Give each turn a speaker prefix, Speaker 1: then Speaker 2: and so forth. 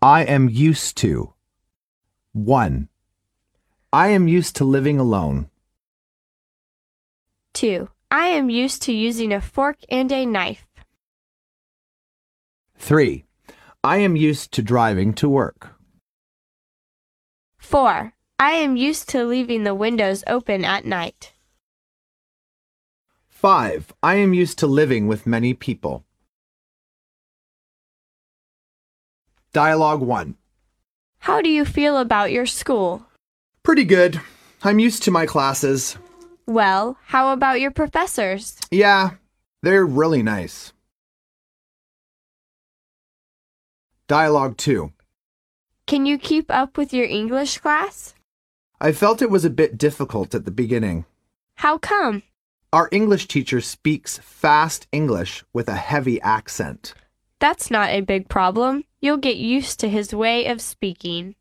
Speaker 1: I am used to. 1. I am used to living alone.
Speaker 2: 2. I am used to using a fork and a knife.
Speaker 1: 3. I am used to driving to work.
Speaker 2: 4. I am used to leaving the windows open at night.
Speaker 1: 5. I am used to living with many people. Dialogue 1.
Speaker 2: How do you feel about your school?
Speaker 1: Pretty good. I'm used to my classes.
Speaker 2: Well, how about your professors?
Speaker 1: Yeah, they're really nice. Dialogue 2.
Speaker 2: Can you keep up with your English class?
Speaker 1: I felt it was a bit difficult at the beginning.
Speaker 2: How come?
Speaker 1: Our English teacher speaks fast English with a heavy accent.
Speaker 2: That's not a big problem. You'll get used to his way of speaking.